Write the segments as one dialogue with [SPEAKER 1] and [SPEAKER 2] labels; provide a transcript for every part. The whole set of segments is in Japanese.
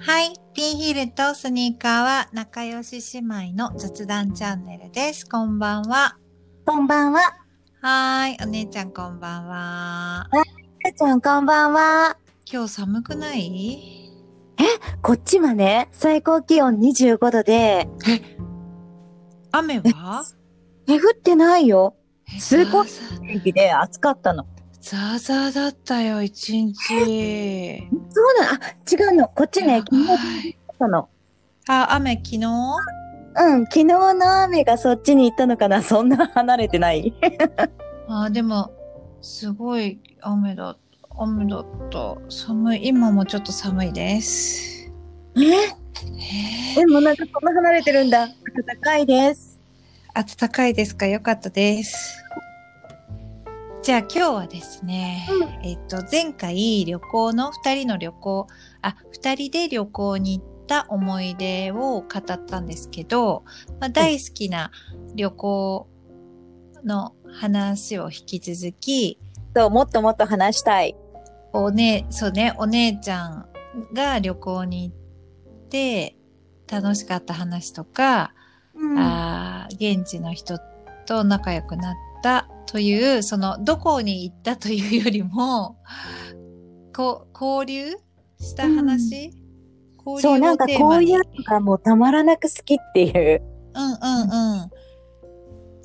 [SPEAKER 1] はい。ピンヒールとスニーカーは仲良し姉妹の雑談チャンネルです。こんばんは。
[SPEAKER 2] こんばんは。
[SPEAKER 1] はーい。お姉ちゃんこんばんは。
[SPEAKER 2] ゆうちゃん、こんばんは。
[SPEAKER 1] 今日寒くない
[SPEAKER 2] こっちはね、最高気温25度で、
[SPEAKER 1] 雨は
[SPEAKER 2] え、降ってないよ。
[SPEAKER 1] え
[SPEAKER 2] すごい
[SPEAKER 1] ざわ
[SPEAKER 2] 天気で暑かったの。
[SPEAKER 1] ざわざわだったよ、一日。
[SPEAKER 2] そうなの、あ、違うの。こっちね、昨日だっ
[SPEAKER 1] はい
[SPEAKER 2] たの。
[SPEAKER 1] あ、雨昨日
[SPEAKER 2] うん、昨日の雨がそっちに行ったのかな。そんな離れてない。
[SPEAKER 1] あ、でも、すごい雨だった。雨だった。寒い。今もちょっと寒いです。
[SPEAKER 2] え
[SPEAKER 1] へー
[SPEAKER 2] でもなんかそんな離れてるんだ。暖かいです。
[SPEAKER 1] 暖かいですかよかったです。じゃあ今日はですね、
[SPEAKER 2] うん
[SPEAKER 1] えっと前回旅行の2人の旅行あ2人で旅行に行った思い出を語ったんですけど、まあ、大好きな旅行の話を引き続き
[SPEAKER 2] そう、もっともっと話したい。
[SPEAKER 1] お,、ねそうね、お姉ちゃんが旅行に行って楽しかった話とか
[SPEAKER 2] うん
[SPEAKER 1] あー現地の人と仲良くなったというそのどこに行ったというよりもこう交流した話、交
[SPEAKER 2] そう、
[SPEAKER 1] 流
[SPEAKER 2] な
[SPEAKER 1] を
[SPEAKER 2] んか
[SPEAKER 1] テーマ
[SPEAKER 2] こう
[SPEAKER 1] に
[SPEAKER 2] いうのがもうたまらなく好きっていう。
[SPEAKER 1] うんうんうん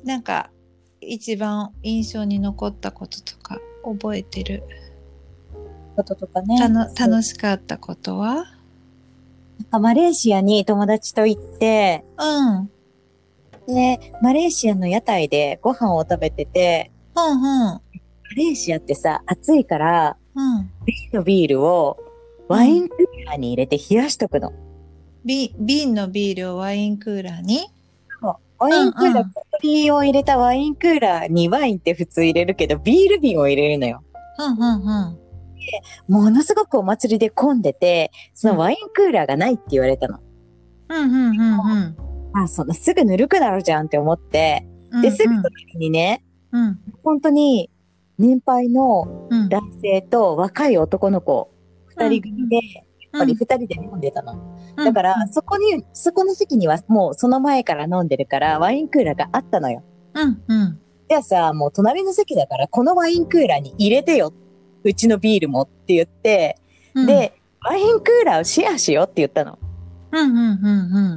[SPEAKER 1] なんか一番印象に残ったこととか覚えてる、
[SPEAKER 2] こととかね。
[SPEAKER 1] たの
[SPEAKER 2] そう
[SPEAKER 1] 楽しかったことは
[SPEAKER 2] あマレーシアに友達と行って、
[SPEAKER 1] うんうん
[SPEAKER 2] で、マレーシアの屋台でご飯を食べてて、
[SPEAKER 1] うん
[SPEAKER 2] マレーシアってさ、暑いから、
[SPEAKER 1] うん
[SPEAKER 2] 瓶のビールをワインクーラーに入れて冷やしとくの。
[SPEAKER 1] び瓶のビールをワインクーラーに
[SPEAKER 2] ワインクーラー、
[SPEAKER 1] うんうん
[SPEAKER 2] 氷を入れたワインクーラーにワインって普通入れるけど、ビール瓶を入れるのよ。
[SPEAKER 1] うんうんうん
[SPEAKER 2] ものすごくお祭りで混んでて、そのワインクーラーがないって言われたの。
[SPEAKER 1] うんうんうん
[SPEAKER 2] あ、そんなすぐぬるくなるじゃんって思って、
[SPEAKER 1] うん
[SPEAKER 2] で、すぐ隣にね、
[SPEAKER 1] うん
[SPEAKER 2] 本当に年配の
[SPEAKER 1] うん
[SPEAKER 2] 男性と若い男の子、二人組で、やっぱり二人で飲んでたの。だから、そこに、そこの席にはもうその前から飲んでるから、ワインクーラーがあったのよ。
[SPEAKER 1] うんうん
[SPEAKER 2] じゃあさ、もう隣の席だから、このワインクーラーに入れてよ。うちのビールもって言って、
[SPEAKER 1] うん、
[SPEAKER 2] で、ワインクーラーをシェアしようって言ったの。こ
[SPEAKER 1] うんうんうんう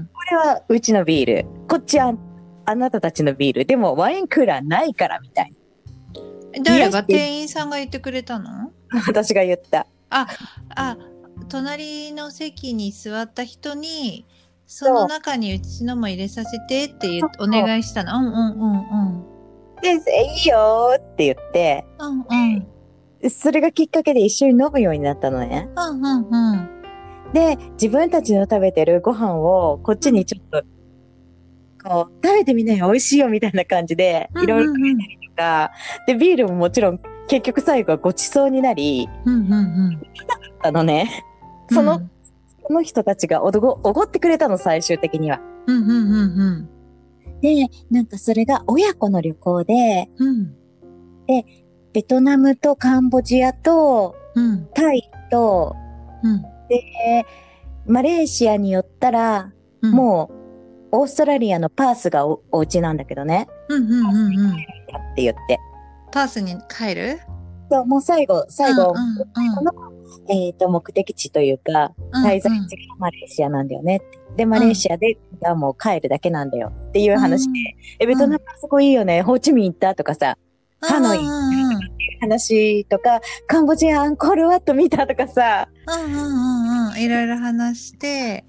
[SPEAKER 1] ん
[SPEAKER 2] れはうちのビール。こっちはあなたたちのビール。でもワインクーラーないからみたい
[SPEAKER 1] え誰が
[SPEAKER 2] 冷やして
[SPEAKER 1] 店員さんが言ってくれたの
[SPEAKER 2] な。私が言った。
[SPEAKER 1] あ隣の席に座った人にその中にうちのも入れさせてって言う
[SPEAKER 2] そ
[SPEAKER 1] お
[SPEAKER 2] う
[SPEAKER 1] 願いしたのうんうんうん
[SPEAKER 2] で、いいよーって言って、
[SPEAKER 1] うんうん
[SPEAKER 2] それがきっかけで一緒に飲むようになったのね。
[SPEAKER 1] うんうんうんうん
[SPEAKER 2] で自分たちの食べてるご飯をこっちにちょっとこう食べてみなよ美味しいよみたいな感じでいろいろ
[SPEAKER 1] うんうん
[SPEAKER 2] とか、でビールももちろん結局最後はごちそうになり
[SPEAKER 1] うんうんうん
[SPEAKER 2] あのねその、
[SPEAKER 1] うん
[SPEAKER 2] その人たちがおごおごってくれたの最終的には。
[SPEAKER 1] うんうんうん
[SPEAKER 2] でなんかそれが親子の旅行で
[SPEAKER 1] うん
[SPEAKER 2] ベトナムとカンボジアと
[SPEAKER 1] うん
[SPEAKER 2] タイと、
[SPEAKER 1] うん
[SPEAKER 2] えーマレーシアに寄ったら、
[SPEAKER 1] うん
[SPEAKER 2] もうオーストラリアのパースがおお家なんだけどね
[SPEAKER 1] うんうんうんうん
[SPEAKER 2] って言って。
[SPEAKER 1] パースに帰る
[SPEAKER 2] そう、もう最後、最
[SPEAKER 1] うんう
[SPEAKER 2] 後、
[SPEAKER 1] んうん
[SPEAKER 2] えっ、と、目的地というか、
[SPEAKER 1] うん
[SPEAKER 2] 滞在地がマレーシアなんだよねって。で、マレーシアで、じゃあもう帰るだけなんだよっていう話で、
[SPEAKER 1] うん
[SPEAKER 2] え、ベトナムあそこいいよね、ホーチミン行ったとかさ、ハノイ
[SPEAKER 1] うんうんうん
[SPEAKER 2] 話とか、カンボジアアンコールワット見たとかさ、
[SPEAKER 1] うんうんうんうんいろいろ話して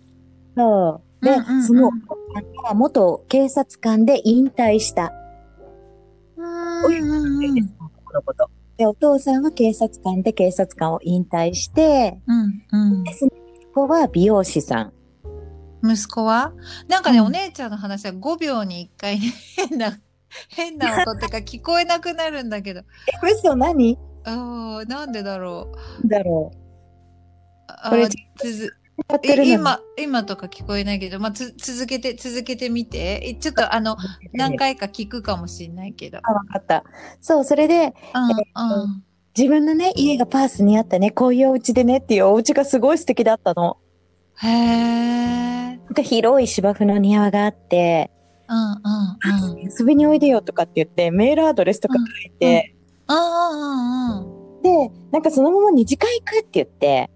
[SPEAKER 2] そう。で、
[SPEAKER 1] うんうんうん
[SPEAKER 2] その、元警察官で引退した
[SPEAKER 1] うんうんうん
[SPEAKER 2] 男のこと。で、お父さんは警察官で警察官を引退して、
[SPEAKER 1] うんうん
[SPEAKER 2] ここは美容師さん。
[SPEAKER 1] 息子はなんかね、
[SPEAKER 2] うん
[SPEAKER 1] お姉ちゃんの話は5秒に1回ね変な変な音ってか聞こえなくなるんだけど
[SPEAKER 2] え、嘘何
[SPEAKER 1] あーなんでだろう
[SPEAKER 2] だろう。
[SPEAKER 1] あ
[SPEAKER 2] これ
[SPEAKER 1] ーつづ
[SPEAKER 2] やってるの
[SPEAKER 1] え
[SPEAKER 2] に
[SPEAKER 1] 今今とか聞こえないけど、まあ、つ続けて続けてみてえちょっとあの何回か聞くかもしれないけど、
[SPEAKER 2] あ、わかった。そう、それで、
[SPEAKER 1] うんうん、
[SPEAKER 2] 自分のね、家がパースにあったね、こういうお家でねっていうお家がすごい素敵だったの。
[SPEAKER 1] へえ。
[SPEAKER 2] なんか広い芝生の庭があって、
[SPEAKER 1] うんうんうん。
[SPEAKER 2] 遊びにおいでよとかって言って、メールアドレスとか書いて、
[SPEAKER 1] うんうんうん
[SPEAKER 2] で、なんかそのまま2次会行くって言って、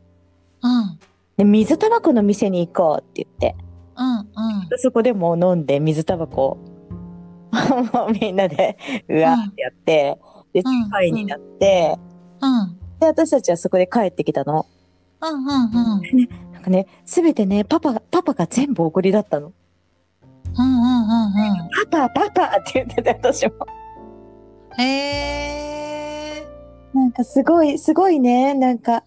[SPEAKER 1] うん。
[SPEAKER 2] で水タバコの店に行こうって言って、
[SPEAKER 1] うんうん。
[SPEAKER 2] でそこでもう飲んで水タバコを もうみんなで、うわーってやって、で、
[SPEAKER 1] うんうん
[SPEAKER 2] 次回になって、
[SPEAKER 1] うん
[SPEAKER 2] で、私たちはそこで帰ってきたの。
[SPEAKER 1] うんうんうん。
[SPEAKER 2] なんかね、すべてね、パパ、パパが全部おごりだったの。
[SPEAKER 1] うんうんうんう
[SPEAKER 2] パパ、パパって言ってて、私も。
[SPEAKER 1] ん。へえ。
[SPEAKER 2] なんかすごい、すごいね、なんか、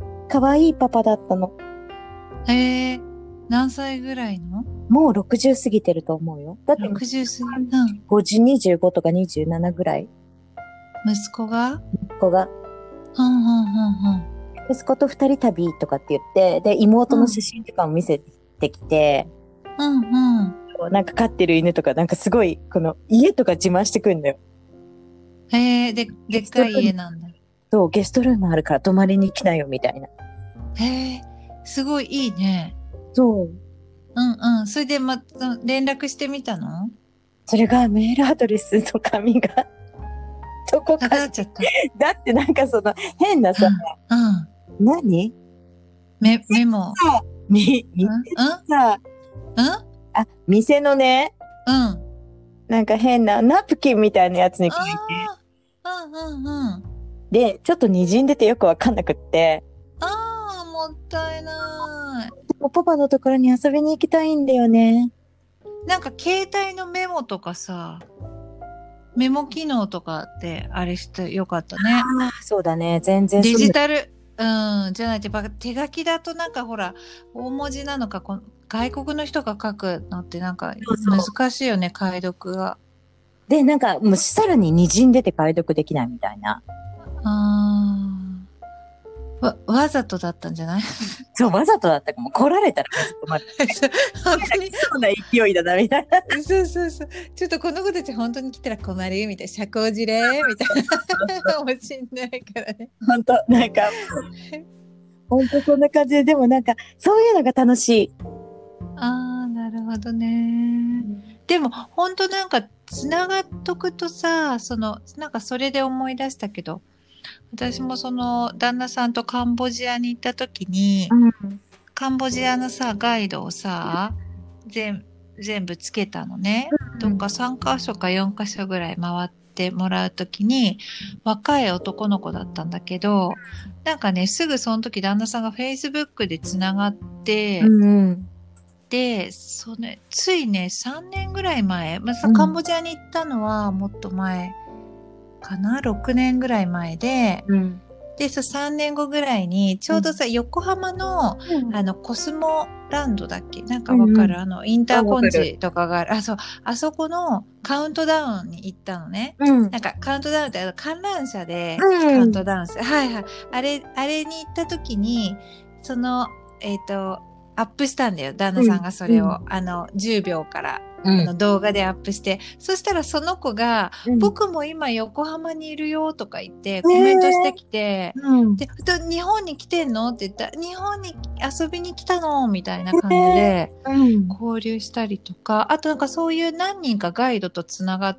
[SPEAKER 1] う
[SPEAKER 2] 可愛いパパだったの。
[SPEAKER 1] ん。へえ。何歳ぐらいの
[SPEAKER 2] もう60過ぎてると思うよ。だって
[SPEAKER 1] ?60 過ぎ。うん。
[SPEAKER 2] 50、25とか27ぐらい、
[SPEAKER 1] 息子が
[SPEAKER 2] 息子が、
[SPEAKER 1] うんうんうんうん。
[SPEAKER 2] 息子と二人旅とかって言って、で、妹の写真とかも見せてきて、
[SPEAKER 1] うんうん。
[SPEAKER 2] なんか飼ってる犬とか、なんかすごい、この家とか自慢してくんだよ。
[SPEAKER 1] へえ、で、でっかい家なんだ。
[SPEAKER 2] そう、ゲストルームあるから泊まりに来なよ、みたいな。
[SPEAKER 1] へえ、すごいいいね。
[SPEAKER 2] そう。
[SPEAKER 1] うんうん。それでまた連絡してみたの
[SPEAKER 2] それがメールアドレスと紙が、 どこ
[SPEAKER 1] なく
[SPEAKER 2] か
[SPEAKER 1] なっちゃった。
[SPEAKER 2] だってなんかその変なさ、
[SPEAKER 1] うん。
[SPEAKER 2] 何
[SPEAKER 1] メ、メモ。
[SPEAKER 2] み、
[SPEAKER 1] う
[SPEAKER 2] み
[SPEAKER 1] んうん
[SPEAKER 2] さ、
[SPEAKER 1] うん
[SPEAKER 2] あ、店のね、
[SPEAKER 1] うん。
[SPEAKER 2] なんか変なナプキンみたいなやつに書い
[SPEAKER 1] ああ。うんうんうん。
[SPEAKER 2] て、で、ちょっと滲んでてよくわかんなくって、
[SPEAKER 1] ああ、もったいない。
[SPEAKER 2] パパのところに遊びに行きたいんだよね。
[SPEAKER 1] なんか携帯のメモとかさ、メモ機能とかってあれしてよかったね。
[SPEAKER 2] ああ、そうだね。全然
[SPEAKER 1] デ
[SPEAKER 2] そう
[SPEAKER 1] ジタル、うん、じゃないとやっぱ手書きだとなんかほら、大文字なのか、この外国の人が書くのってなんか
[SPEAKER 2] そうそう
[SPEAKER 1] 難しいよね、解読が。
[SPEAKER 2] で、なんかもうさらに滲んでて解読できないみたいな。
[SPEAKER 1] あーわ、わざとだったんじゃない
[SPEAKER 2] そう、わざとだったかも。来られたら止まる。
[SPEAKER 1] 本当に
[SPEAKER 2] そうな勢いだな、みたいな。
[SPEAKER 1] そうそうそう。ちょっとこの子たち本当に来たら困るよみたいな。社交辞令みたいな。 かもしんないからね。
[SPEAKER 2] 本当なんか、本当そんな感じで、でもなんか、そういうのが楽しい。
[SPEAKER 1] ああ、なるほどね。でも本当なんかつながっとくとさ、その、なんかそれで思い出したけど、私もその旦那さんとカンボジアに行った時に、
[SPEAKER 2] うん。
[SPEAKER 1] カンボジアのさ、ガイドをさ、全全部つけたのね。どっか3箇所か4箇所ぐらい回ってもらうときに、若い男の子だったんだけど、なんかね、すぐその時旦那さんが Facebook でつながって、
[SPEAKER 2] うん。
[SPEAKER 1] で、それ、ついね、3年ぐらい前、まあさ
[SPEAKER 2] うん
[SPEAKER 1] カンボジアに行ったのはもっと前かな、6年ぐらい前で、
[SPEAKER 2] うん。
[SPEAKER 1] で、さ、3年後ぐらいに、ちょうどさ、横浜の、あの、コスモランドだっけなんかわかる、あの、インターコンチとかがある。あ、そう、あそこのカウントダウンに行ったのね。
[SPEAKER 2] うん
[SPEAKER 1] なんかカウントダウンってあの観覧車で
[SPEAKER 2] うん
[SPEAKER 1] カウントダウンする。はいはい。あれ、あれに行った時に、その、えっ、と、アップしたんだよ。旦那さんがそれを。
[SPEAKER 2] うん
[SPEAKER 1] あの、10秒から、
[SPEAKER 2] う
[SPEAKER 1] あの動画でアップして。そしたらその子が、
[SPEAKER 2] ん、
[SPEAKER 1] 僕も今横浜にいるよとか言って、コメントしてきて、
[SPEAKER 2] うん、
[SPEAKER 1] で、ふと日本に来てんのって言ったら、日本に遊びに来たのみたいな感じで
[SPEAKER 2] うん、
[SPEAKER 1] 交流したりとか、あとなんかそういう何人かガイドとつながっ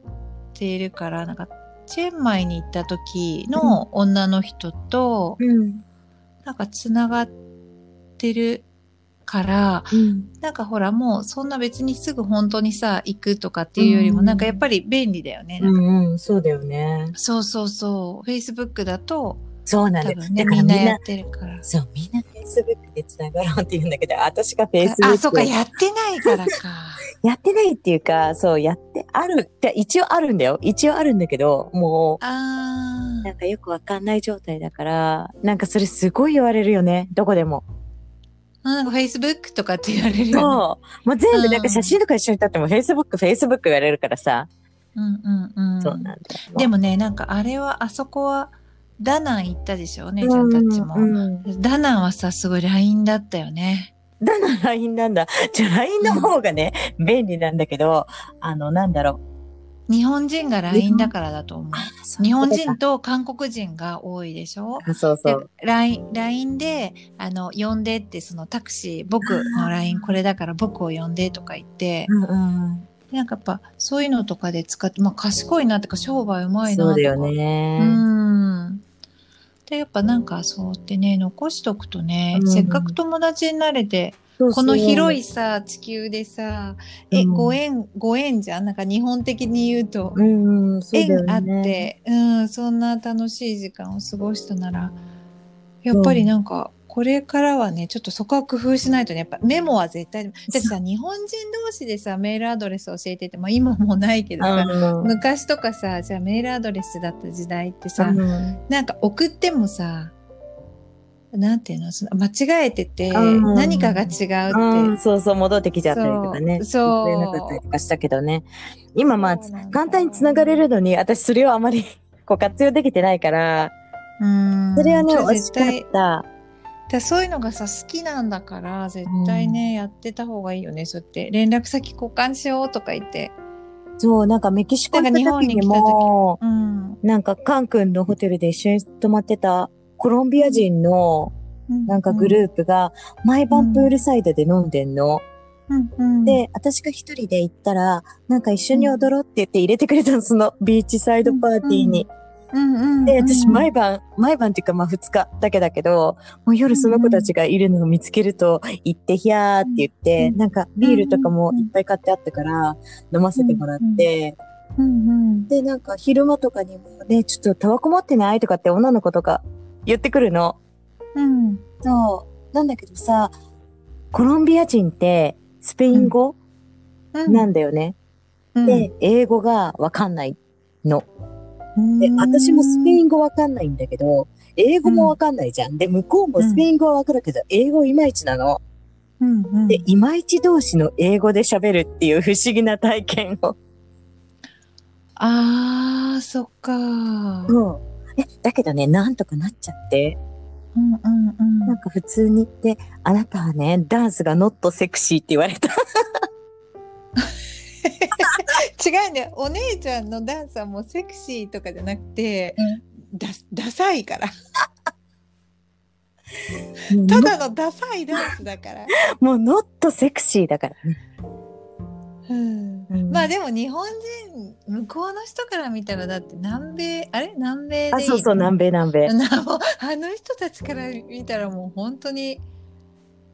[SPEAKER 1] ているから、なんか、チェンマイに行った時の女の人と、
[SPEAKER 2] うん、
[SPEAKER 1] なんかつながってるから、
[SPEAKER 2] うん、
[SPEAKER 1] なんかほらもうそんな別にすぐ本当にさ、行くとかっていうよりも、
[SPEAKER 2] うん
[SPEAKER 1] なんかやっぱり便利だよね。
[SPEAKER 2] うん、そうだよね。
[SPEAKER 1] そうそうそう。Facebook だと、
[SPEAKER 2] そうなん
[SPEAKER 1] 多
[SPEAKER 2] だよ。
[SPEAKER 1] 分ね、
[SPEAKER 2] だから
[SPEAKER 1] みんなやってるから。
[SPEAKER 2] そう、みんな Facebook でつながろうって言うんだけど、私が Facebook
[SPEAKER 1] あ、そうか、やってないからか。
[SPEAKER 2] やってないっていうか、そう、やって、ある、じゃ一応あるんだよ。一応あるんだけど、も
[SPEAKER 1] あ
[SPEAKER 2] う、
[SPEAKER 1] ー
[SPEAKER 2] なんかよくわかんない状態だから、なんかそれすごい言われるよね。どこでも。
[SPEAKER 1] あ。なんか Facebook とかって言われる
[SPEAKER 2] そう。
[SPEAKER 1] よね。
[SPEAKER 2] もう全部なんか写真とか一緒に撮っても Facebook、Facebook 言われるからさ。
[SPEAKER 1] うんうんうん。
[SPEAKER 2] そうなんだよ。
[SPEAKER 1] で
[SPEAKER 2] も
[SPEAKER 1] もね、なんかあれは、あそこは、ダナン行ったでしょ、お姉ちゃんたちも。
[SPEAKER 2] うん
[SPEAKER 1] ダナンはさ、すごい LINE だったよね。
[SPEAKER 2] だな LINE なんだ。じゃあ LINE の方がね、便利なんだけど、あの、なんだろう。
[SPEAKER 1] 日本人が LINE だからだと思う。日本人
[SPEAKER 2] あ
[SPEAKER 1] と韓国人が多いでしょ
[SPEAKER 2] そうそ
[SPEAKER 1] で
[SPEAKER 2] う。
[SPEAKER 1] LINE LINE で、あの、呼んでって、そのタクシー、僕の LINE これだから僕を呼んでとか言って、
[SPEAKER 2] うんうん。
[SPEAKER 1] なんかやっぱそういうのとかで使って、まあ賢いなってか商売うまいな
[SPEAKER 2] そ
[SPEAKER 1] とか。
[SPEAKER 2] うだよ
[SPEAKER 1] う
[SPEAKER 2] ね。
[SPEAKER 1] ん。で、やっぱなんかそうやってね、残しとくとね、
[SPEAKER 2] うん
[SPEAKER 1] せっかく友達になれて、
[SPEAKER 2] そうそ
[SPEAKER 1] こ
[SPEAKER 2] う
[SPEAKER 1] の広いさ、地球でさ、え、
[SPEAKER 2] うん
[SPEAKER 1] ご縁、ご縁じゃんなんか日本的に言うと。
[SPEAKER 2] うんうん、そうだよ
[SPEAKER 1] 縁
[SPEAKER 2] ね。
[SPEAKER 1] あって、うん、そんな楽しい時間を過ごしたなら、やっぱりなんか、これからはね、ちょっとそこは工夫しないとね、やっぱメモは絶対、だってさ、日本人同士でさ、メールアドレス教えてて、まあ今もうないけどさ、
[SPEAKER 2] うん。
[SPEAKER 1] 昔とかさ、じゃあメールアドレスだった時代ってさ、
[SPEAKER 2] うん
[SPEAKER 1] なんか送ってもさ、なんていうの、その間違えてて、
[SPEAKER 2] うん
[SPEAKER 1] 何かが違
[SPEAKER 2] う
[SPEAKER 1] うっ
[SPEAKER 2] んそうそう、戻ってきちゃったりとかね。
[SPEAKER 1] そう
[SPEAKER 2] 言えなかったりとかしたけどね。今、まあ
[SPEAKER 1] そうなんだ、
[SPEAKER 2] 簡単につながれるのに、私、それをあまり こう活用できてないから、
[SPEAKER 1] て。うん
[SPEAKER 2] それはね、
[SPEAKER 1] ちょっと
[SPEAKER 2] 惜
[SPEAKER 1] 絶
[SPEAKER 2] しか
[SPEAKER 1] 対
[SPEAKER 2] った。
[SPEAKER 1] だそういうのがさ好きなんだから絶対ね、やってた方がいいよねそうやって連絡先交換しようとか言って
[SPEAKER 2] そう、なんかメキシコ行った時に
[SPEAKER 1] なんか日
[SPEAKER 2] も、
[SPEAKER 1] うん、
[SPEAKER 2] なんか、カン君のホテルで一緒に泊まってた、コロンビア人の、なんかグ
[SPEAKER 1] ー
[SPEAKER 2] ループが、毎晩プールサイドで飲んでんの。
[SPEAKER 1] プ、うんうん、
[SPEAKER 2] で、私が一人で行ったら、なんか一緒に踊ろうって言って入れてくれたの、そのビーチサイドパーティーに。
[SPEAKER 1] うんうんうん
[SPEAKER 2] で、私毎晩、毎晩っていうかまあ二日だけだけど、もう夜その子たちがいるのを見つけると、行ってひゃーって言って、
[SPEAKER 1] うん
[SPEAKER 2] なんかビールとかもいっぱい買ってあったから、飲ませてもらって、
[SPEAKER 1] うんうん
[SPEAKER 2] で、なんか昼間とかにもね、ちょっとタバコ持ってないとかって女の子とか言ってくるの。
[SPEAKER 1] うん
[SPEAKER 2] そう。なんだけどさ、コロンビア人ってスペイン語
[SPEAKER 1] うん
[SPEAKER 2] なんだよね。
[SPEAKER 1] うん
[SPEAKER 2] で、英語がわかんないの。
[SPEAKER 1] うん
[SPEAKER 2] で、私もスペイン語わかんないんだけど、英語もわかんないじゃん。で、向こうもスペイン語はわかるけど、英語いまいちなの。
[SPEAKER 1] うんうん
[SPEAKER 2] で、いまいち同士の英語で喋るっていう不思議な体験を。
[SPEAKER 1] あーそっかうんうん
[SPEAKER 2] うん。え、だけどね、なんとかなっちゃって、
[SPEAKER 1] うんう
[SPEAKER 2] なん
[SPEAKER 1] ん
[SPEAKER 2] か普通に言って、あなたはね、ダンスがノットセクシーって言われた。
[SPEAKER 1] 違うんだよお姉ちゃんのダンスはもうセクシーとかじゃなくて、だダサいからただのダサいダンスだから
[SPEAKER 2] もうノットセクシーだからね。
[SPEAKER 1] うん
[SPEAKER 2] うん
[SPEAKER 1] まあでも日本人向こうの人から見たらだって南米あれ南米でいい
[SPEAKER 2] あ、そうそう、南米南米。
[SPEAKER 1] なもうあの人たちから見たらもう本当に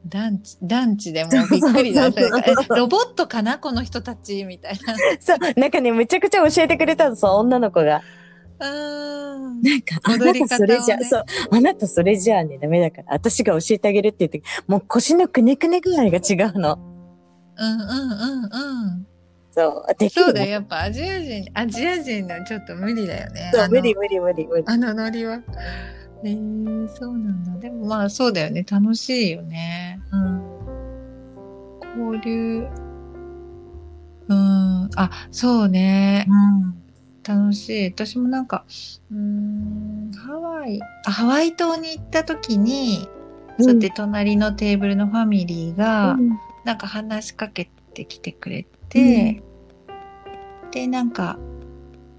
[SPEAKER 1] 団地団地でもうびっくりだ
[SPEAKER 2] そうそうそう
[SPEAKER 1] えロボットかなこの人たちみたい
[SPEAKER 2] そう、なんかね、むちゃくちゃ教えてくれたの、そう、女の子が。
[SPEAKER 1] なうーん
[SPEAKER 2] なんか、あ
[SPEAKER 1] 踊
[SPEAKER 2] な
[SPEAKER 1] り
[SPEAKER 2] たそれじゃ、
[SPEAKER 1] 方をね
[SPEAKER 2] そう、あなたそれじゃあね、ダメだから、私が教えてあげるって言って、もう腰のくねくね具合が違うの。
[SPEAKER 1] うんうんうんうん
[SPEAKER 2] そう、できる
[SPEAKER 1] そうだよやっぱアジア人アジア人のちょっと無理だよね
[SPEAKER 2] そう
[SPEAKER 1] あの
[SPEAKER 2] 無理無理無理無理。
[SPEAKER 1] あのノリは。えー、そうなんだ。でもまあそうだよね。楽しいよね。うん。交流。うん。あ、そうね。楽しい。私もなんか、うーん、ハワイ、あハワイ島に行った時に、
[SPEAKER 2] うん
[SPEAKER 1] そうやって隣のテーブルのファミリーが、
[SPEAKER 2] うん
[SPEAKER 1] なんか話しかけてきてくれて、で、なんか、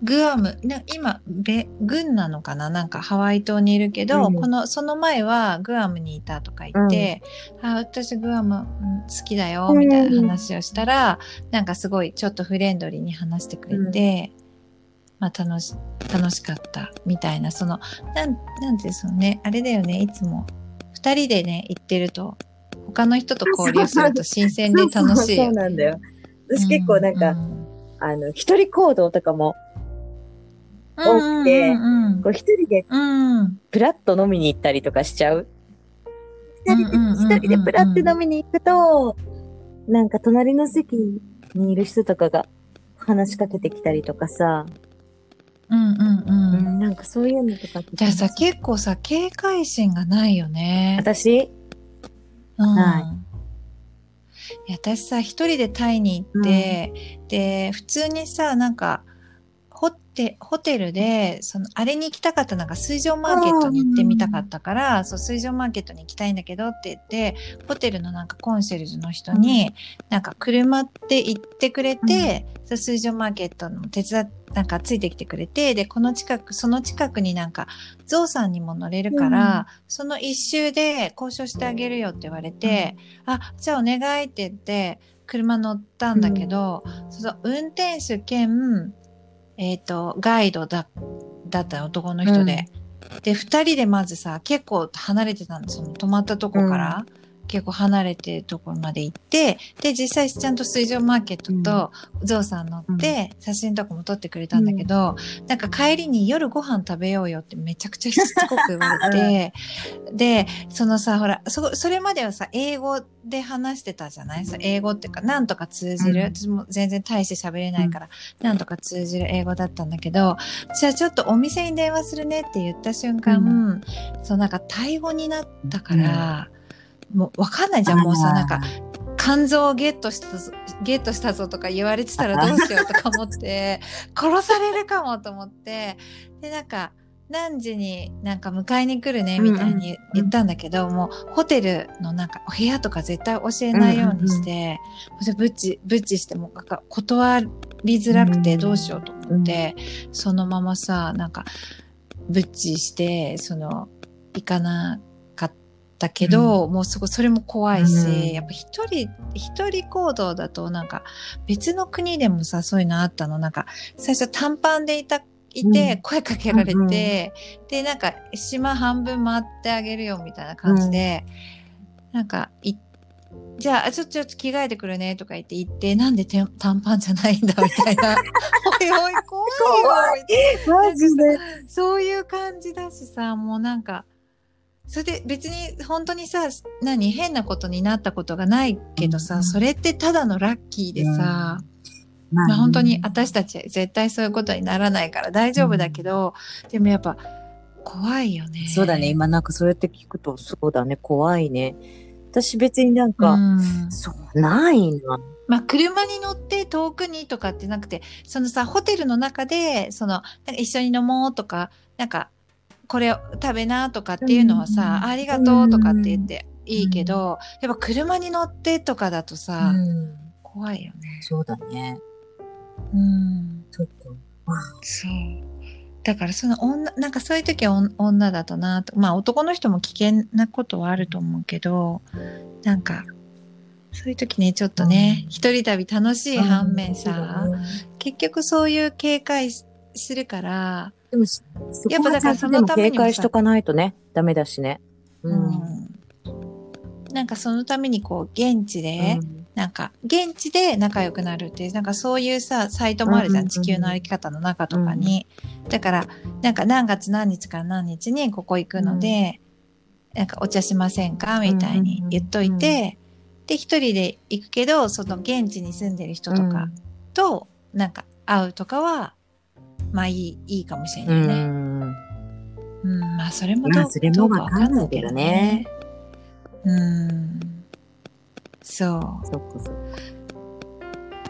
[SPEAKER 1] グアム、な今、べ軍なのかななんかハワイ島にいるけど、
[SPEAKER 2] うん
[SPEAKER 1] この、その前はグアムにいたとか言って、あ、私グアムうん好きだよ、みたいな話をしたら、なんかすごいちょっとフレンドリーに話してくれて、まあ楽し、楽しかった、みたいな、その、なん、なんていうんですよね、あれだよね、いつも、二人でね、行ってると、他の人と交流すると新鮮で楽しい
[SPEAKER 2] そうそうそう
[SPEAKER 1] よ。
[SPEAKER 2] なんだよ。私結構なんか、あの、一人行動とかも、多くて
[SPEAKER 1] うん
[SPEAKER 2] こう一人で
[SPEAKER 1] うんうん
[SPEAKER 2] プラッと飲みに行ったりとかしちゃう。一人で、
[SPEAKER 1] うんうんうんうんうん
[SPEAKER 2] 一人でプラッと飲みに行くと、なんか隣の席にいる人とかが話しかけてきたりとかさ、
[SPEAKER 1] うんうん
[SPEAKER 2] う
[SPEAKER 1] うん
[SPEAKER 2] ん、なんかそういうのとかって。
[SPEAKER 1] じゃあさ、結構さ、警戒心がないよね。
[SPEAKER 2] 私
[SPEAKER 1] うん
[SPEAKER 2] はい
[SPEAKER 1] や私さ一人でタイに行って、で普通にさなんかホテホテルで、その、あれに行きたかったのが水上マーケットに行ってみたかったから、そう、水上マーケットに行きたいんだけどって言って、ホテルのなんかコンシェルジュの人に、なんか車って行ってくれて、そう水上マーケットの手伝っなんかついてきてくれて、で、この近く、その近くになんか、ゾウさんにも乗れるから、その一周で交渉してあげるよって言われて、あ、じゃあお願いって言って、車乗ったんだけど、その運転手兼、えっ、と、ガイドだ、だった男の人で。で、二人でまずさ、結構離れてたの、その止まったとこから、結構離れてるところまで行って、で、実際ちゃんと水上マーケットとゾウさん乗って、写真とかも撮ってくれたんだけど、なんか帰りに夜ご飯食べようよってめちゃくちゃしつこく言わ れて、で、そのさ、ほら、そ、それまではさ、英語で話してたじゃないそう英語っていうか、なんとか通じる。
[SPEAKER 2] うん
[SPEAKER 1] 私も全然大して喋れないから、なんとか通じる英語だったんだけど、じゃあちょっとお店に電話するねって言った瞬間、そうなんかタイ語になったから、もうわかんないじゃん、もうさ、なんか、肝臓をゲットしたぞ、ゲットしたぞとか言われてたらどうしようとか思って、 殺されるかもと思って、で、なんか、何時になんか迎えに来るねみたいに言ったんだけど、もうホテルのなんかお部屋とか絶対教えないようにして、それブッチ、ブッチしてもなんか断りづらくてどうしようと思って、そのままさ、なんか、ブッチして、その、行かなかったけど、もうすごい、それも怖いし、
[SPEAKER 2] うん
[SPEAKER 1] やっぱ一人、一人行動だとなんか、別の国でもさ、そういうのあったの、なんか、最初短パンでいた、いて、
[SPEAKER 2] う
[SPEAKER 1] 声かけられて、
[SPEAKER 2] うんうん
[SPEAKER 1] で、なんか、島半分回ってあげるよ、みたいな感じで、なんか、いじゃあ、ちょっと、ちょっと着替えてくるね、とか言って行って、なんでて短パンじゃないんだ、みたい な。おいおい、怖いわ、みたいな。
[SPEAKER 2] マジで。
[SPEAKER 1] そういう感じだしさ、もうなんか、それで別に本当にさ、何、変なことになったことがないけどさ、
[SPEAKER 2] うん
[SPEAKER 1] それってただのラッキーでさ、
[SPEAKER 2] ま
[SPEAKER 1] まあ、本当に私たち絶対そういうことにならないから大丈夫だけど、でもやっぱ怖いよね。
[SPEAKER 2] そうだね、今なんかそうやって聞くと、そうだね、怖いね。私別になんか、
[SPEAKER 1] うん
[SPEAKER 2] そう、ないな。
[SPEAKER 1] まあ、車に乗って遠くにとかってなくて、そのさ、ホテルの中で、その、なんか一緒に飲もうとか、なんか、これを食べなとかっていうのはさ、
[SPEAKER 2] うん
[SPEAKER 1] ありがとうとかって言っていいけど、やっぱ車に乗ってとかだとさ、
[SPEAKER 2] うん、
[SPEAKER 1] 怖いよね。
[SPEAKER 2] そうだね。
[SPEAKER 1] うん。
[SPEAKER 2] そっか。
[SPEAKER 1] そう。だからその女、なんかそういう時は女女だとなと、まあ男の人も危険なことはあると思うけど、なんか、そういう時ね、ちょっとね、
[SPEAKER 2] うん
[SPEAKER 1] 一人旅楽しい反面さ、
[SPEAKER 2] うん
[SPEAKER 1] 結局そういう警戒するから、
[SPEAKER 2] でも、そ
[SPEAKER 1] やっぱだからそのためにもさ
[SPEAKER 2] こはちゃんとでも警戒しとかないとね、ダメだしね。う
[SPEAKER 1] うんなんかそのためにこう現地で、
[SPEAKER 2] うん
[SPEAKER 1] なんか現地で仲良くなるっていうなんかそういうさサイトもあるじゃん、
[SPEAKER 2] うん
[SPEAKER 1] 地球の歩き方の中とかに、だからなんか何月何日から何日にここ行くので、なんかお茶しませんかみたいに言っといて、で一人で行くけどその現地に住んでる人とかとなんか会うとかは、まあいいいいかもしれ
[SPEAKER 2] う
[SPEAKER 1] ないね。
[SPEAKER 2] ん。
[SPEAKER 1] うん、まあそれも
[SPEAKER 2] ま
[SPEAKER 1] ど
[SPEAKER 2] あ
[SPEAKER 1] う
[SPEAKER 2] それも
[SPEAKER 1] どう
[SPEAKER 2] わかんないけどね
[SPEAKER 1] わかんないけどね。うん。そう。
[SPEAKER 2] そっかそっか。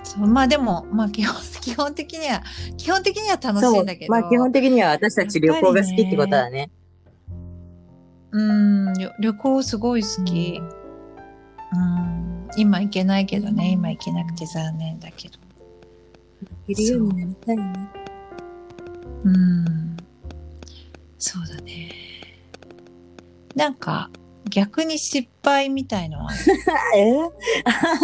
[SPEAKER 1] そうまあでも、まあ基本基本的には、基本的には楽し
[SPEAKER 2] そ
[SPEAKER 1] い
[SPEAKER 2] うん
[SPEAKER 1] だけ、ど。
[SPEAKER 2] まあ基本的には私たち旅行が好きってことだね。
[SPEAKER 1] うん、旅旅行すごい好き。うん。今行けないけどね、今行けなくて残念だけど。
[SPEAKER 2] い
[SPEAKER 1] るように
[SPEAKER 2] なりたいね。
[SPEAKER 1] うん。そうだね。なんか、逆に失敗みたいのはある。
[SPEAKER 2] え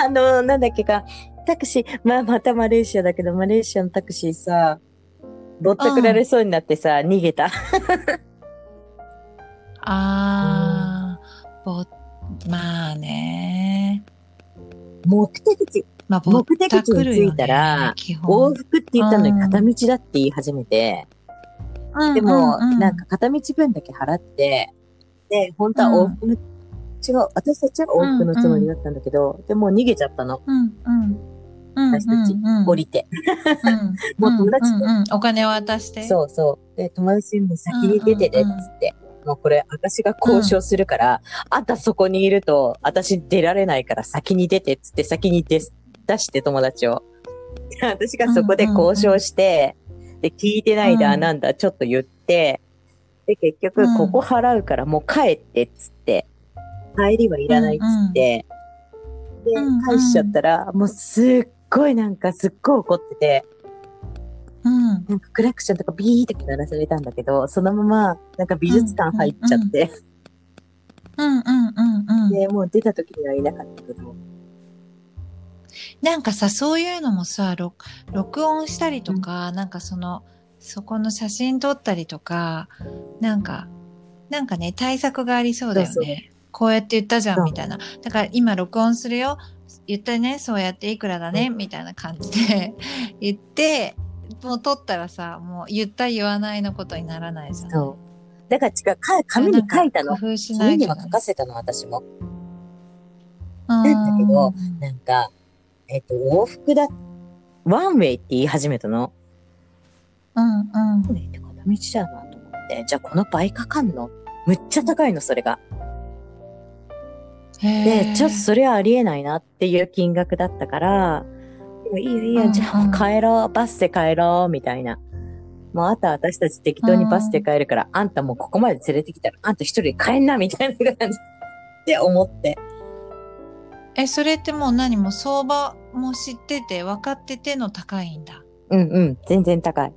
[SPEAKER 2] あの、なんだっけか、タクシー、まあまたマレーシアだけど、マレーシアのタクシーさ、ぼったくられそうになってさ、逃げた。
[SPEAKER 1] あー、ぼ、まあね。
[SPEAKER 2] 目的地、
[SPEAKER 1] まあ、ぼったくるよ、ね、
[SPEAKER 2] 目的地に着いたら
[SPEAKER 1] 基
[SPEAKER 2] 往
[SPEAKER 1] 本、
[SPEAKER 2] 復って言ったの
[SPEAKER 1] うん
[SPEAKER 2] に片道だって言い始めて、でも、なんか片道分だけ払って、で、本当は往復の、違う、私たちは往復のつもりだったんだけど、でもう逃げちゃったの、
[SPEAKER 1] うん、うん、うん、
[SPEAKER 2] 私たち降りて。
[SPEAKER 1] うん、
[SPEAKER 2] もう友達
[SPEAKER 1] うんうんうんお金渡して。う。
[SPEAKER 2] そうそう。で、友達にも先に出てねっ
[SPEAKER 1] うんうんうん
[SPEAKER 2] つって。もうこれ、私が交渉するから、あんたそこにいると、私出られないから先に出てっつ って先に出す出して友達を。で私がそこで交渉して、で、聞いてないだ、
[SPEAKER 1] うん
[SPEAKER 2] なんだ、ちょっと言って、で、結局
[SPEAKER 1] うん、
[SPEAKER 2] ここ払うからもう帰ってっつって、帰りはいらないっつって、で
[SPEAKER 1] うんうん、
[SPEAKER 2] 返しちゃったら、もうすっごいなんかすっごい怒ってて、
[SPEAKER 1] うん。
[SPEAKER 2] なんかクラクションとかビーって鳴らされたんだけど、そのままなんか美術館入っちゃって、
[SPEAKER 1] うんうんうんうん。
[SPEAKER 2] で、もう出た時にはいなかったけど、
[SPEAKER 1] なんかさ、そういうのもさ、録録音したりとか、なんかその、そこの写真撮ったりとか、なんか、なんかね、対策がありそうだよね。
[SPEAKER 2] そうそ
[SPEAKER 1] こうやって言ったじゃ
[SPEAKER 2] そ
[SPEAKER 1] ん、
[SPEAKER 2] う
[SPEAKER 1] みたいな。だから今録音するよ。言ったね、そうやっていくらだね、みたいな感じで 言って、もう撮ったらさ、もう言った言わないのことにならないじゃん。
[SPEAKER 2] そう。だから違う、か紙に書いた
[SPEAKER 1] なん
[SPEAKER 2] の
[SPEAKER 1] か。工夫しな
[SPEAKER 2] 紙
[SPEAKER 1] い
[SPEAKER 2] に
[SPEAKER 1] と
[SPEAKER 2] は
[SPEAKER 1] ね
[SPEAKER 2] 書かせたの、私も。
[SPEAKER 1] うん
[SPEAKER 2] だけどなんか、えっと、往復だ、ワンウェイって言い始めたの。
[SPEAKER 1] うんうん
[SPEAKER 2] ワンウェイって片道だなと思って、じゃあこの倍かかんのむっちゃ高いの、それが。
[SPEAKER 1] へ
[SPEAKER 2] で
[SPEAKER 1] ー。、
[SPEAKER 2] ちょっとそれはありえないなっていう金額だったから、でもいいよいいよ、じゃあもう帰ろう、バスで帰ろう、みたいな。もうあとは私たち適当にバスで帰るから、あんたもうここまで連れてきたら、あんた一人で帰んな、みたいな感じって思って。
[SPEAKER 1] え、それってもう何も相場も知ってて、分かってての高いんだ。
[SPEAKER 2] うんうん、全然高い。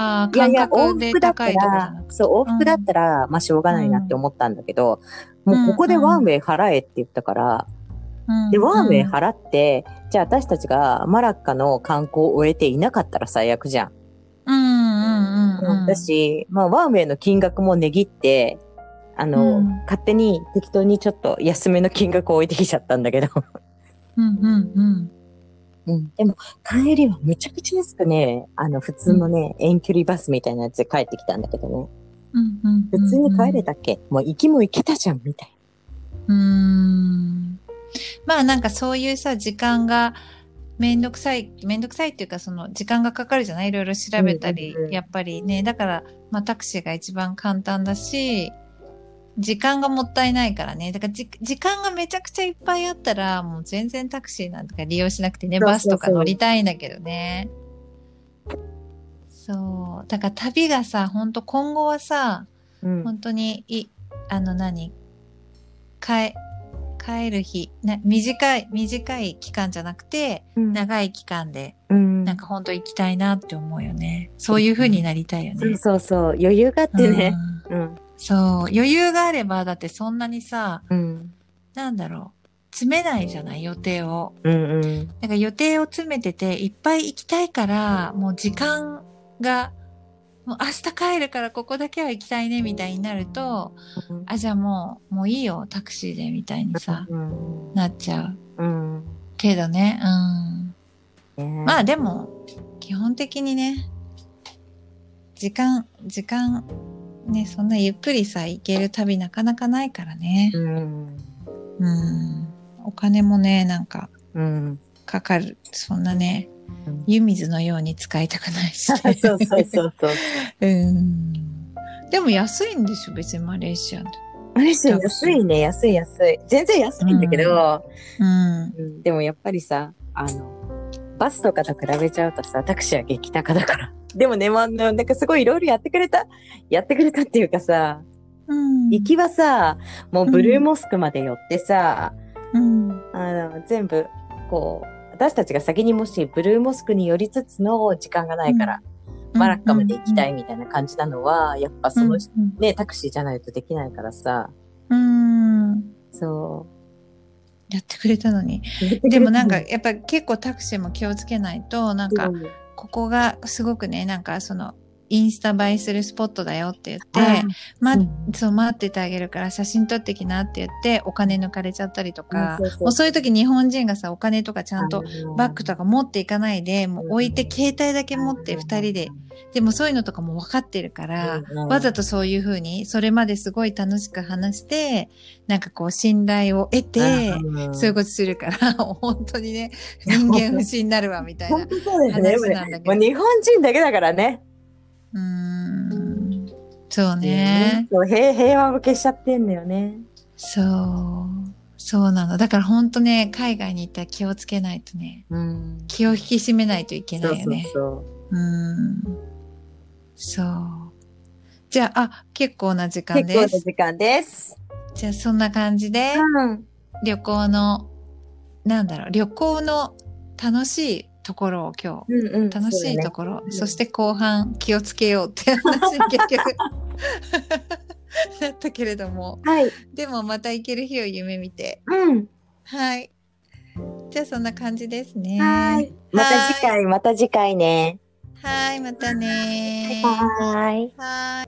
[SPEAKER 1] ああ、
[SPEAKER 2] いやい
[SPEAKER 1] 感
[SPEAKER 2] や、往
[SPEAKER 1] 覚で
[SPEAKER 2] 復だっ
[SPEAKER 1] 高
[SPEAKER 2] た、
[SPEAKER 1] いとから
[SPEAKER 2] そう、往復だったら、まあしょうがないなって思ったんだけど、
[SPEAKER 1] うん
[SPEAKER 2] もうここでワンウェイ払えって言ったから、で、ワンウェイ
[SPEAKER 1] 払
[SPEAKER 2] 払って、じゃあ私たちがマラッカの観光を終えていなかったら最悪じゃん。
[SPEAKER 1] うんうんうんうん。
[SPEAKER 2] だし、まあワンウェイの金額も値切って、あ
[SPEAKER 1] う
[SPEAKER 2] の、
[SPEAKER 1] ん
[SPEAKER 2] 勝手に適当にちょっと安めの金額を置いてきちゃったんだけど。
[SPEAKER 1] うんうんうん。
[SPEAKER 2] うん、 でも帰りはむちゃくちゃ安くね、あの普通のね、遠距離バスみたいなやつで帰ってきたんだけどね。
[SPEAKER 1] うんうんうんうん
[SPEAKER 2] 普通に帰れたっけ、もう行きも行けたじゃん、みたいな。
[SPEAKER 1] うーん。まあなんかそういうさ、時間がめんどくさい、めんどくさいっていうかその時間がかかるじゃないいろいろ調べたり、
[SPEAKER 2] うんうんうん
[SPEAKER 1] やっぱりね。だから、まあタクシーが一番簡単だし、時間がもったいないからね。だからじ時間がめちゃくちゃいっぱいあったら、もう全然タクシーなんか利用しなくてね、
[SPEAKER 2] そうそうそう
[SPEAKER 1] バスとか乗りたいんだけどね。そう。だから旅がさ、ほんと今後はさ、
[SPEAKER 2] うん
[SPEAKER 1] 本当にいあの何帰帰る日な短い短い期間じゃなくて長い期間で
[SPEAKER 2] うん
[SPEAKER 1] なんか本当行きたいなって思うよねそういう風になりたいよ
[SPEAKER 2] そう
[SPEAKER 1] ね。
[SPEAKER 2] そうそう、余裕があってね。
[SPEAKER 1] うん
[SPEAKER 2] うん。
[SPEAKER 1] そう余裕があればだってそんなにさ
[SPEAKER 2] うん。
[SPEAKER 1] なんだろう詰めないじゃない予定を。
[SPEAKER 2] うんうん。
[SPEAKER 1] なんか予定を詰めてて、いっぱい行きたいから、もう時間が、もう明日帰るからここだけは行きたいね、みたいになると、あ、じゃあもう、もういいよ、タクシーで、みたいにさ、
[SPEAKER 2] うん。
[SPEAKER 1] なっちゃう。
[SPEAKER 2] うん。
[SPEAKER 1] けどね、うん。ま
[SPEAKER 2] ま
[SPEAKER 1] あでも、基本的にね、時間、時間、ね、そんなゆっくりさ、行ける旅なかなかないからね。
[SPEAKER 2] うん。
[SPEAKER 1] うん。お金もね、なんか、
[SPEAKER 2] うん。
[SPEAKER 1] かかる。そんなね
[SPEAKER 2] うん、
[SPEAKER 1] 湯水のように使いたくないし、
[SPEAKER 2] そうそうそうそう。
[SPEAKER 1] うん。でも安いんでしょ、別にマレーシアで。
[SPEAKER 2] あれし安いね、安い安い。全然安いんだけど、
[SPEAKER 1] うん。
[SPEAKER 2] うんでもやっぱりさ、あの、バスとかと比べちゃうとさ、タクシーは激高だから。 でもね、まあ、なんかすごいいろいろやってくれた、やってくれたっていうかさ、
[SPEAKER 1] うん
[SPEAKER 2] 行きはさ、もうブルーモスクまで寄ってさ、
[SPEAKER 1] うん。
[SPEAKER 2] あの、全部、こう、私たちが先にもしブルーモスクに寄りつつの時間がないから、マラッカまで行きたいみたいな感じなのは、やっぱその、
[SPEAKER 1] うん
[SPEAKER 2] ね、タクシーじゃないとできないからさ、
[SPEAKER 1] うん。うん
[SPEAKER 2] そ
[SPEAKER 1] やってくれたのに。
[SPEAKER 2] う。
[SPEAKER 1] でもなんか、やっぱ結構タクシーも気をつけないと、なん
[SPEAKER 2] う
[SPEAKER 1] か、
[SPEAKER 2] ん、
[SPEAKER 1] ここがすごくね、なんかその、インスタ映えするスポットだよって言って
[SPEAKER 2] あ、
[SPEAKER 1] ま
[SPEAKER 2] うん、
[SPEAKER 1] そう待っててあげるから写真撮ってきなって言って、お金抜かれちゃったりとか
[SPEAKER 2] う、んそうそう
[SPEAKER 1] もうそういう時日本人がさ、お金とかちゃんと
[SPEAKER 2] あの
[SPEAKER 1] バッグとか持っていかないで、もう置いて携帯だけ持って二人で、でもそういうのとかも分かってるから、わざと
[SPEAKER 2] と
[SPEAKER 1] そういうふうに、それまですごい楽しく話して、なんかこう信頼を得て、そういうことするから、 本当にね、
[SPEAKER 2] いや
[SPEAKER 1] 人間不信になるわ、みたいな
[SPEAKER 2] 本。当そうだよ
[SPEAKER 1] 話なんだけ。
[SPEAKER 2] ね
[SPEAKER 1] ど
[SPEAKER 2] もう日本人だけだからね。
[SPEAKER 1] うーん。そうね。
[SPEAKER 2] そう平平和向けしちゃってんだよね。
[SPEAKER 1] そう。そうなの。だから本当ね、海外に行ったら気をつけないとね、
[SPEAKER 2] うん。
[SPEAKER 1] 気を引き締めないといけないよね。
[SPEAKER 2] そう
[SPEAKER 1] うん。そう。じゃあ、あ、結構な時間
[SPEAKER 2] 結構
[SPEAKER 1] で
[SPEAKER 2] な
[SPEAKER 1] す。
[SPEAKER 2] 時間です。
[SPEAKER 1] じゃあ、そんな感じで、
[SPEAKER 2] うん。
[SPEAKER 1] 旅行の、なんだろう、旅行の楽しいところを今日、
[SPEAKER 2] うんうん。
[SPEAKER 1] 楽しいと
[SPEAKER 2] こ。
[SPEAKER 1] ころ、
[SPEAKER 2] うん
[SPEAKER 1] そして後半気をつけようって話に結局、 だったけれども、
[SPEAKER 2] はい。
[SPEAKER 1] でもまた行ける日を夢見て、
[SPEAKER 2] うん。
[SPEAKER 1] はい。じゃあ、そんな感じですね。
[SPEAKER 2] はい。また次回、また次回ね。
[SPEAKER 1] はい、またね
[SPEAKER 2] バイバイ。
[SPEAKER 1] はーい。